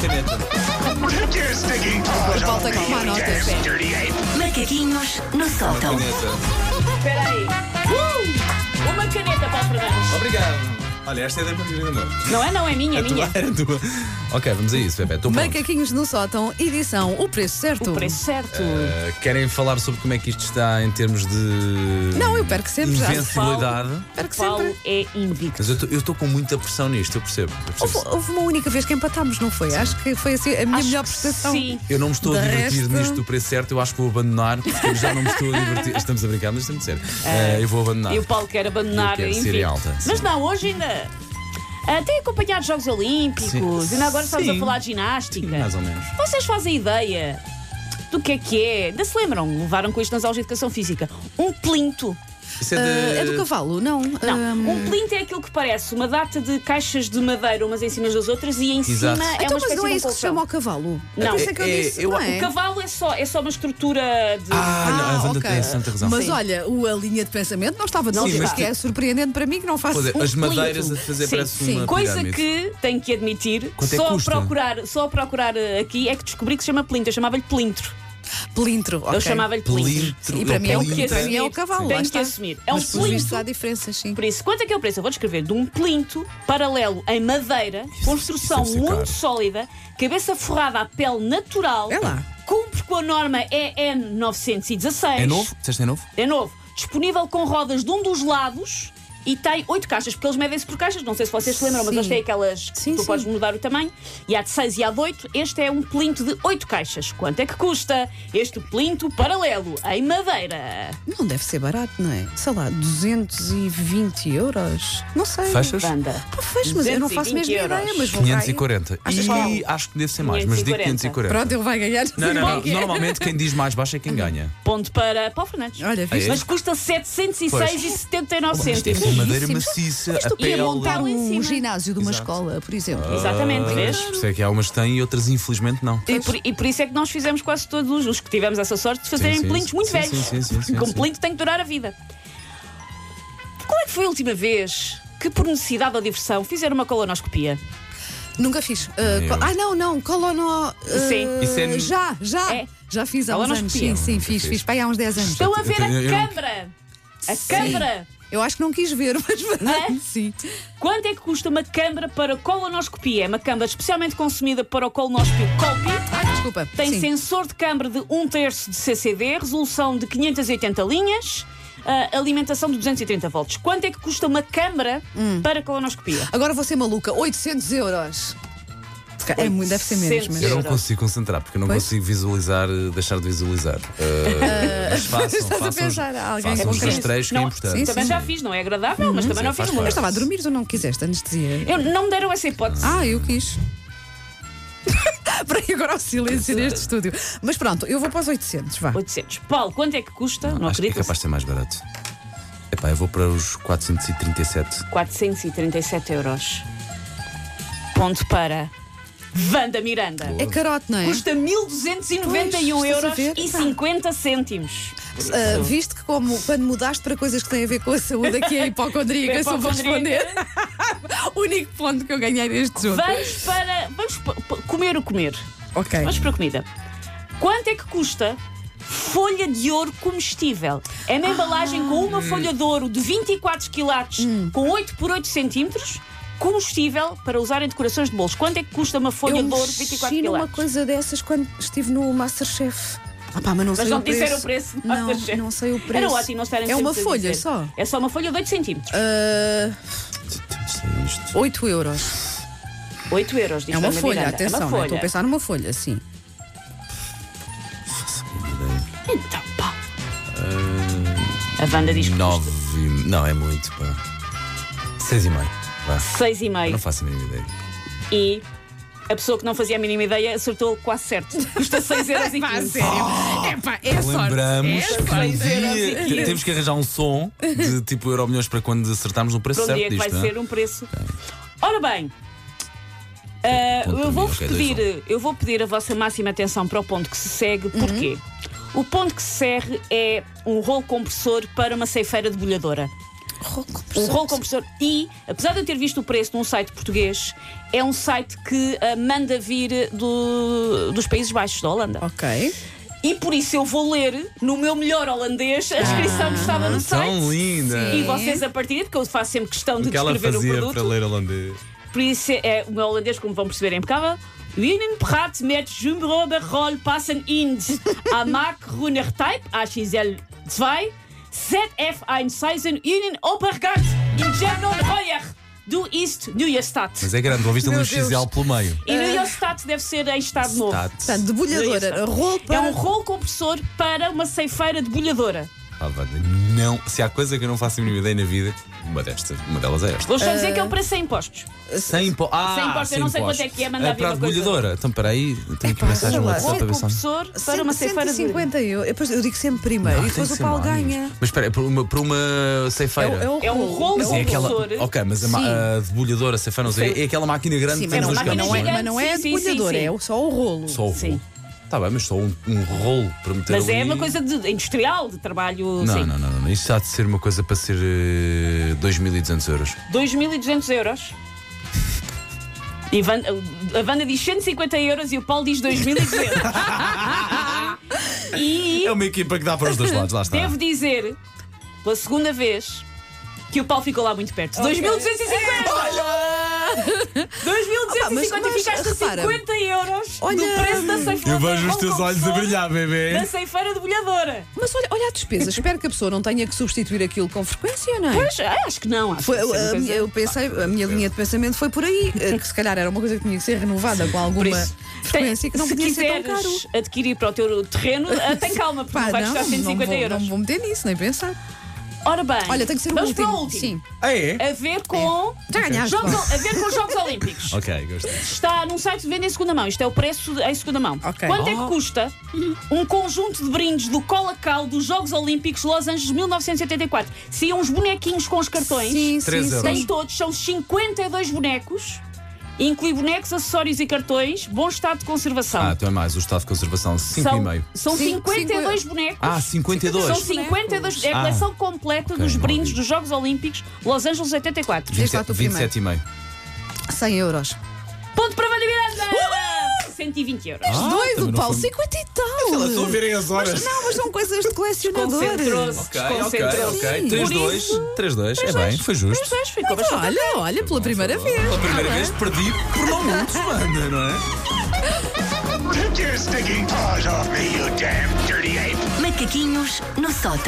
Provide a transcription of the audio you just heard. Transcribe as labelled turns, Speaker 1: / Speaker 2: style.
Speaker 1: caneta.
Speaker 2: Take your stinking paws off
Speaker 3: Volta com uma
Speaker 2: me, you
Speaker 3: nota,
Speaker 2: damn
Speaker 3: Zé.
Speaker 2: dirty ape!
Speaker 4: Macaquinhos no sótão.
Speaker 1: Caneta.
Speaker 5: Espera aí. Uh! Uma caneta para o Fernando.
Speaker 1: Obrigado. Olha, esta é da Margarida Moura.
Speaker 5: Não é, não, é minha, é
Speaker 1: A tua,
Speaker 5: minha.
Speaker 1: era tua. Ok, vamos a isso, Pepe. Estou pronto.
Speaker 3: Macaquinhos no sótão, edição O Preço Certo.
Speaker 5: O preço certo.
Speaker 1: Eh, Querem falar sobre como é que isto está em termos de.
Speaker 3: Não, eu perco sempre, já se
Speaker 1: Invencibilidade.
Speaker 3: Espero que
Speaker 5: Paulo
Speaker 3: sempre.
Speaker 5: é invicto.
Speaker 1: Mas eu tô- eu estou com muita pressão nisto, eu percebo. Eu, percebo.
Speaker 3: Houve, houve uma única vez que empatámos, não foi? Acho que foi assim, a minha
Speaker 5: Acho
Speaker 3: melhor
Speaker 5: que
Speaker 3: prestação.
Speaker 5: sim.
Speaker 1: Eu não me estou a
Speaker 3: De
Speaker 1: divertir
Speaker 3: resto-
Speaker 1: nisto do preço certo, eu acho que vou abandonar, porque eu já não me estou a divertir. Estamos a brincar, mas estamos a sério. Eh, eu vou abandonar.
Speaker 5: E o Paulo quer abandonar.
Speaker 1: Eu quero
Speaker 5: é
Speaker 1: ser
Speaker 5: invicto.
Speaker 1: alta, sim.
Speaker 5: Mas não, hoje ainda. Ah, Tem acompanhado Jogos Olímpicos,
Speaker 1: Sim.
Speaker 5: ainda agora estamos
Speaker 1: Sim.
Speaker 5: a falar de ginástica.
Speaker 3: né?
Speaker 1: Mais ou menos.
Speaker 5: Vocês fazem ideia do que é que é? Ainda se lembram? Levaram com isto nas aulas de educação física. Um plinto.
Speaker 1: Isso é
Speaker 3: Ah,
Speaker 1: de.
Speaker 3: é do cavalo? Não.
Speaker 5: Não,
Speaker 3: Ahm,
Speaker 5: um plinto é aquilo que parece uma data de caixas de madeira umas em cima das outras e em
Speaker 1: Exato.
Speaker 5: cima é
Speaker 3: então,
Speaker 5: uma
Speaker 3: mas
Speaker 5: espécie
Speaker 3: não é
Speaker 5: de um
Speaker 3: isso que se
Speaker 5: colchão.
Speaker 3: chama o cavalo?
Speaker 5: Não.
Speaker 3: É por isso é que eu
Speaker 1: É, é,
Speaker 3: disse.
Speaker 1: eu-
Speaker 3: não
Speaker 1: o
Speaker 3: é?
Speaker 5: O cavalo é só, é só uma estrutura de.
Speaker 1: Ah, não, a Wanda
Speaker 3: ok.
Speaker 1: tem tanta razão.
Speaker 3: Mas
Speaker 1: Sim.
Speaker 3: olha, o- a linha de pensamento não estava tão
Speaker 5: Sim,
Speaker 3: longe,
Speaker 5: mas
Speaker 3: que
Speaker 1: tu-
Speaker 3: é surpreendente para mim que não faço.
Speaker 1: Pois é,
Speaker 3: um
Speaker 1: as madeiras a
Speaker 3: plinto.
Speaker 1: fazer
Speaker 5: Sim,
Speaker 1: é parece
Speaker 3: sim.
Speaker 1: uma
Speaker 5: Coisa
Speaker 1: pirâmide.
Speaker 5: que tenho que admitir,
Speaker 1: Quanto é que
Speaker 5: só, a
Speaker 1: custa?
Speaker 5: procurar, só a procurar eh, aqui é que descobri que se chama plinto. Eu chamava-lhe plintro.
Speaker 3: Plintro.
Speaker 5: Eu
Speaker 3: ok.
Speaker 5: chamava-lhe plintro.
Speaker 1: Pelintro.
Speaker 3: E para mim é o
Speaker 5: Tenho que
Speaker 3: Para mim é o
Speaker 5: assumir.
Speaker 3: cavalo, lá
Speaker 5: Tenho que
Speaker 3: está.
Speaker 5: assumir. É um
Speaker 3: Mas pelos vistos há
Speaker 5: plinto.
Speaker 3: diferenças, sim.
Speaker 5: Por isso, quanto é que é o preço? Eu vou descrever de um plinto paralelo em madeira, construção
Speaker 1: isso deve ser
Speaker 5: muito
Speaker 1: caro.
Speaker 5: sólida, cabeça forrada à pele natural.
Speaker 3: É lá.
Speaker 5: Cumpre com a norma EN 916.
Speaker 1: É novo? Disseste é novo?
Speaker 5: É novo. Disponível com rodas de um dos lados e tem oito caixas, porque eles medem-se por caixas. Não sei se vocês se lembram, mas
Speaker 3: Sim.
Speaker 5: eles têm aquelas que
Speaker 3: Sim,
Speaker 5: tu
Speaker 3: sim.
Speaker 5: podes mudar o tamanho. E há de seis e há de oito. Este é um plinto de oito caixas. Quanto é que custa este plinto paralelo em madeira?
Speaker 3: Não deve ser barato, não é? Sei lá, 220 euros? Não sei.
Speaker 1: Fechas?
Speaker 5: Banda.
Speaker 3: Pô, fecho, mas eu não faço
Speaker 5: 220
Speaker 3: mesmo ideia,
Speaker 5: euros.
Speaker 3: mas vou
Speaker 1: 540.
Speaker 3: Achas que
Speaker 5: é?
Speaker 1: E acho que deve ser mais, mas digo
Speaker 5: 540.
Speaker 1: 540.
Speaker 3: Cá. Pronto, ele vai ganhar.
Speaker 1: Não, não, não.
Speaker 5: Sim, bom.
Speaker 1: Normalmente quem diz mais baixo é quem ganha.
Speaker 5: Ponto para Paulo Fernandes.
Speaker 3: Olha, viste?
Speaker 5: Mas custa 706,79
Speaker 1: Isto é
Speaker 5: cêntimos.
Speaker 1: uma madeira
Speaker 3: Mas
Speaker 1: maciça,
Speaker 3: tu
Speaker 1: a
Speaker 3: podia
Speaker 1: pele.
Speaker 3: montar
Speaker 5: Em
Speaker 3: um
Speaker 5: cima.
Speaker 3: ginásio de uma
Speaker 1: Exato. Ah.
Speaker 3: escola, por exemplo.
Speaker 5: Exatamente,
Speaker 1: Pois,
Speaker 5: vês?
Speaker 1: por isso é que há umas que têm e outras infelizmente não.
Speaker 5: E por, e por isso é que nós fizemos quase todos os que tivemos essa sorte de fazerem
Speaker 1: Sim, sim,
Speaker 5: plintos
Speaker 1: sim,
Speaker 5: muito
Speaker 1: sim,
Speaker 5: velhos.
Speaker 1: sim, sim, sim, sim,
Speaker 5: Com
Speaker 1: sim.
Speaker 5: plinto tem que durar a vida. Qual é que foi a última vez que, por necessidade ou diversão, fizeram uma colonoscopia?
Speaker 3: Nunca fiz. Uh,
Speaker 1: eu.
Speaker 3: co- ah, não, não, colono. uh,
Speaker 5: Sim.
Speaker 1: Isso é-
Speaker 3: Já, já.
Speaker 5: É. Então-
Speaker 3: Já fiz há uns anos.
Speaker 5: Colonoscopia.
Speaker 3: Sim, sim,
Speaker 1: Nunca
Speaker 3: fiz,
Speaker 1: fiz.
Speaker 3: fiz para aí há uns 10 anos.
Speaker 5: Estão a
Speaker 1: eu
Speaker 5: ver
Speaker 1: tenho- eu
Speaker 5: a
Speaker 1: não-
Speaker 5: câmara! A câmara!
Speaker 3: Eu acho que não quis ver, mas verdade,
Speaker 5: É?
Speaker 3: sim.
Speaker 5: Quanto é que custa uma câmara para colonoscopia? É uma câmara especialmente consumida para o colonoscopio cópia.
Speaker 3: Ah, desculpa.
Speaker 5: Tem
Speaker 3: sim.
Speaker 5: sensor de câmara de 1 terço de CCD, resolução de 580 linhas, ah, alimentação de 230 volts. Quanto é que custa uma câmara
Speaker 3: Hum.
Speaker 5: para colonoscopia?
Speaker 3: Agora vou ser maluca, 800 euros. É muito, deve ser menos, mas.
Speaker 5: 800
Speaker 1: Eu não
Speaker 5: Euros.
Speaker 1: consigo concentrar porque eu não
Speaker 3: Pois.
Speaker 1: consigo visualizar, eh, deixar de visualizar. Eh, mas façam,
Speaker 3: Estás a
Speaker 1: façam, os-
Speaker 3: pensar, alguém
Speaker 1: façam
Speaker 3: com
Speaker 1: os
Speaker 3: quem-
Speaker 1: rastreios que é
Speaker 5: Não,
Speaker 1: importante.
Speaker 3: Sim,
Speaker 5: Também
Speaker 3: sim. Uhum.
Speaker 5: já fiz, não é agradável, mas também
Speaker 1: Sim,
Speaker 5: não fiz
Speaker 1: faz
Speaker 5: muito.
Speaker 3: Mas estava a dormir ou não quiseste anestesia?
Speaker 5: Eu não me deram essa hipótese.
Speaker 3: Ah, eu quis. Para aí agora o silêncio
Speaker 5: é.
Speaker 3: neste estúdio. Mas pronto, eu vou para os 800, vá.
Speaker 5: 800. Paulo, quanto é que custa? Não
Speaker 1: Acho que é
Speaker 5: acredito.
Speaker 1: capaz de ser mais barato. Epá, eu vou para os 437.
Speaker 5: 437 euros. Ponto para Wanda Miranda.
Speaker 3: É carote, não é?
Speaker 5: Custa 1291
Speaker 3: Pois, estás a
Speaker 5: euros
Speaker 3: ver?
Speaker 5: e 50 cêntimos.
Speaker 3: Ah, visto que como quando mudaste para coisas que têm a ver com a saúde, aqui é hipocondríaca, só vou responder. O único ponto que eu ganhei neste jogo.
Speaker 5: Vamos para. Vamos pa- pa- comer o comer.
Speaker 3: Ok.
Speaker 5: Vamos para a comida. Quanto é que custa folha de ouro comestível? É uma embalagem com
Speaker 3: Ah.
Speaker 5: uma folha de ouro de 24 quilates
Speaker 3: Hum.
Speaker 5: com 8 por 8 centímetros, comestível para usar em decorações de bolos. Quanto é que custa uma folha
Speaker 3: eu
Speaker 5: de ouro de 24
Speaker 3: mexi numa
Speaker 5: quilates?
Speaker 3: coisa dessas quando estive no Masterchef. Ah pá, mas não
Speaker 5: Mas
Speaker 3: sei
Speaker 5: não
Speaker 3: o preço.
Speaker 5: disseram o preço.
Speaker 3: Não, não sei o preço.
Speaker 5: Era ótimo não estarem
Speaker 3: É
Speaker 5: sempre
Speaker 3: uma
Speaker 5: a dizer.
Speaker 3: folha só.
Speaker 5: É só uma folha de 8 centímetros.
Speaker 3: Ah,
Speaker 1: Isto é isto.
Speaker 3: 8 euros.
Speaker 5: 8 euros, diz
Speaker 3: É uma
Speaker 5: Ana
Speaker 3: folha,
Speaker 5: Miranda.
Speaker 3: atenção,
Speaker 5: É
Speaker 3: né?
Speaker 5: uma folha.
Speaker 3: estou a pensar numa folha, sim.
Speaker 5: Então, pá. A Wanda diz que custa
Speaker 1: 9. Não, é muito, pá. 6,5. Vá.
Speaker 5: 6,5.
Speaker 1: Não faço a mínima ideia.
Speaker 5: e a pessoa que não fazia a mínima ideia acertou quase certo. Custa 6 euros e 15. Oh!
Speaker 3: É pá, é
Speaker 1: Lembramos que um
Speaker 5: seis euros e
Speaker 1: dia-
Speaker 5: quinze.
Speaker 1: temos que arranjar um som de tipo Euro Milhões para quando acertarmos o preço
Speaker 5: Para um
Speaker 1: certo
Speaker 5: dia que vai
Speaker 1: disto. não é?
Speaker 5: ser um preço. Ora bem, ah,
Speaker 1: Ponto para
Speaker 5: eu vou-vos
Speaker 1: mim, ok, dois, um.
Speaker 5: pedir, eu vou pedir a vossa máxima atenção para o ponto que se segue. Porquê? O ponto que se segue é um rolo compressor para uma ceifeira debulhadora. Um rolo compressor. E, apesar de eu ter visto o preço num site português, é um site que ah, manda vir do- dos Países Baixos, da Holanda.
Speaker 3: Ok.
Speaker 5: E por isso eu vou ler, no meu melhor holandês, a descrição que estava no site.
Speaker 1: Ah, Tão linda.
Speaker 5: E vocês a partir, porque eu faço sempre questão de
Speaker 1: O que ela
Speaker 5: descrever o
Speaker 1: fazia
Speaker 5: produto.
Speaker 1: para ler holandês?
Speaker 5: Por isso é o meu holandês, como vão perceber, é impecável. Winnen praat met Jumbrober Roll passen in Amak Runner Type HXL2 ZF1 Seisen Union Opergat in General Royer do East Newestad.
Speaker 1: Mas é grande, ouviste ali um XL pelo meio.
Speaker 5: E Newestad deve ser em Estado Novo.
Speaker 1: Está
Speaker 3: Portanto, debulhadora, rolo para.
Speaker 5: É um rolo compressor para uma ceifeira de bolhadora.
Speaker 1: Ah, Wanda, não. Se há coisa que eu não faço a mínima ideia na vida, uma, destas, uma delas é esta.
Speaker 5: Vou só dizer que é o preço sem impostos.
Speaker 1: Sem impo ah,
Speaker 5: Sem impostos, eu não sei quanto é que é, manda
Speaker 1: Ah,
Speaker 5: vir
Speaker 1: Para a
Speaker 5: uma coisa.
Speaker 1: debulhadora. Então, espera aí, eu tenho que
Speaker 3: Epá,
Speaker 1: mensagem no
Speaker 3: sei lá.
Speaker 1: WhatsApp
Speaker 5: Rolo
Speaker 1: para ver se há- um-
Speaker 5: compressor para uma ceifeira de bolhadora.
Speaker 3: 150 euros. um. Eu, depois- eu digo sempre primeiro
Speaker 1: Ah,
Speaker 3: e
Speaker 1: tem
Speaker 3: depois
Speaker 1: que
Speaker 3: o
Speaker 1: ser
Speaker 3: Paulo
Speaker 1: mais.
Speaker 3: ganha.
Speaker 1: Mas espera, é para uma, para uma ceifeira.
Speaker 5: É um rolo
Speaker 1: Mas é aquela.
Speaker 5: compressor.
Speaker 1: Ok, mas a, ma-
Speaker 3: Sim.
Speaker 1: a debulhadora, ceifeira, não sei, é aquela máquina grande
Speaker 3: Sim,
Speaker 1: que
Speaker 3: mas
Speaker 1: temos
Speaker 3: não,
Speaker 1: nos
Speaker 5: máquina
Speaker 1: campos.
Speaker 3: não
Speaker 1: não
Speaker 3: é, mas não
Speaker 5: gigante.
Speaker 3: é
Speaker 5: Sim, sim,
Speaker 3: debulhador,
Speaker 5: sim, sim.
Speaker 3: é o- só o rolo.
Speaker 1: Só o rolo.
Speaker 5: Sim.
Speaker 1: Está bem, mas só um, um rolo para meter
Speaker 5: Mas é
Speaker 1: ali.
Speaker 5: uma coisa de- industrial, de trabalho.
Speaker 1: Então, Não,
Speaker 5: sim.
Speaker 1: não, não, não, não. Isso há de ser uma coisa para ser eh, 2.200 euros.
Speaker 5: 2.200 euros. E Van- a Wanda diz 150 euros e o Paulo diz 2.200. e
Speaker 1: É uma equipa que dá para os dois lados, lá está.
Speaker 3: Ah.
Speaker 5: devo dizer, pela segunda vez, que o Paulo ficou lá muito perto. 2.250!
Speaker 3: É.
Speaker 5: 2.250
Speaker 3: Ah, mas-
Speaker 5: e
Speaker 3: mas
Speaker 5: ficaste a
Speaker 3: repara.
Speaker 5: 50 euros
Speaker 3: Olha.
Speaker 5: do preço da ceifeira.
Speaker 1: bebê.
Speaker 5: Da ceifeira de bolhadora.
Speaker 3: Mas olha, olha a despesa, espero que a pessoa não tenha que substituir aquilo com frequência, não é?
Speaker 5: Mas ah, acho que não. Acho
Speaker 3: Foi-
Speaker 5: que isso é uma
Speaker 3: a,
Speaker 5: coisa-
Speaker 3: minha- eu pensei, a minha linha de pensamento foi por aí, eh, que se calhar era uma coisa que tinha que ser renovada com
Speaker 5: Por
Speaker 3: alguma
Speaker 5: isso,
Speaker 3: frequência que não
Speaker 5: se
Speaker 3: podia ser
Speaker 5: quiseres
Speaker 3: tão caro.
Speaker 5: adquirir para o teu terreno, ah, tem calma, porque
Speaker 3: Pá,
Speaker 5: não vai
Speaker 3: não,
Speaker 5: custar 150
Speaker 3: não, vou,
Speaker 5: euros.
Speaker 3: não vou meter nisso, nem pensar.
Speaker 5: Ora bem,
Speaker 3: Olha, tem que ser o
Speaker 5: vamos
Speaker 3: último.
Speaker 5: para o último.
Speaker 3: Sim. É.
Speaker 1: Ah, é?
Speaker 5: A ver com.
Speaker 3: Já ganhaste,
Speaker 5: Jogos,
Speaker 3: Paulo.
Speaker 5: a ver com os Jogos Olímpicos.
Speaker 1: Ok, gostei.
Speaker 5: Está num site de venda em segunda mão. Isto é o preço de- em segunda mão.
Speaker 3: Ok.
Speaker 5: Quanto é
Speaker 1: Oh.
Speaker 5: que custa um conjunto de brindes do Cola-Cal dos Jogos Olímpicos Los Angeles 1984? Sim, é uns bonequinhos com os cartões.
Speaker 3: Sim, sim,
Speaker 1: Três
Speaker 3: sim.
Speaker 1: euros.
Speaker 5: Tem todos, são 52 bonecos. Inclui bonecos, acessórios e cartões. Bom estado de conservação.
Speaker 1: Ah, então é mais o estado de conservação,
Speaker 5: são,
Speaker 1: 5,5.
Speaker 5: são
Speaker 3: Sim,
Speaker 5: 52 bonecos.
Speaker 1: Ah,
Speaker 5: São
Speaker 1: 52.
Speaker 5: 52. É a
Speaker 1: Ah.
Speaker 5: coleção completa
Speaker 1: Ok,
Speaker 5: dos
Speaker 1: não
Speaker 5: brindes
Speaker 1: vi.
Speaker 5: dos Jogos Olímpicos Los Angeles 84.
Speaker 3: Diz lá tu
Speaker 1: 27,5.
Speaker 3: 100 euros.
Speaker 5: Ponto para Vanda Miranda! 120 euros.
Speaker 3: Dois,
Speaker 1: Ah, também
Speaker 3: o
Speaker 1: não
Speaker 3: Paulo,
Speaker 1: foi-
Speaker 3: 50 e tal.
Speaker 1: verem as horas.
Speaker 3: Não, mas são coisas de colecionador.
Speaker 5: Concentrou-se.
Speaker 1: Ok, ok,
Speaker 5: Desconcentrou-se.
Speaker 1: ok.
Speaker 3: Sim.
Speaker 5: Por
Speaker 1: 3-2. 3-2, é bem, foi justo.
Speaker 5: Pois, ficou
Speaker 3: Mas
Speaker 5: bastante.
Speaker 3: olha, olha, pela primeira vez.
Speaker 1: Pela primeira vez perdi por não muitos, mano, não é?
Speaker 2: Take your stinking paws off me, you damn dirty ape!
Speaker 4: Macaquinhos no sótão.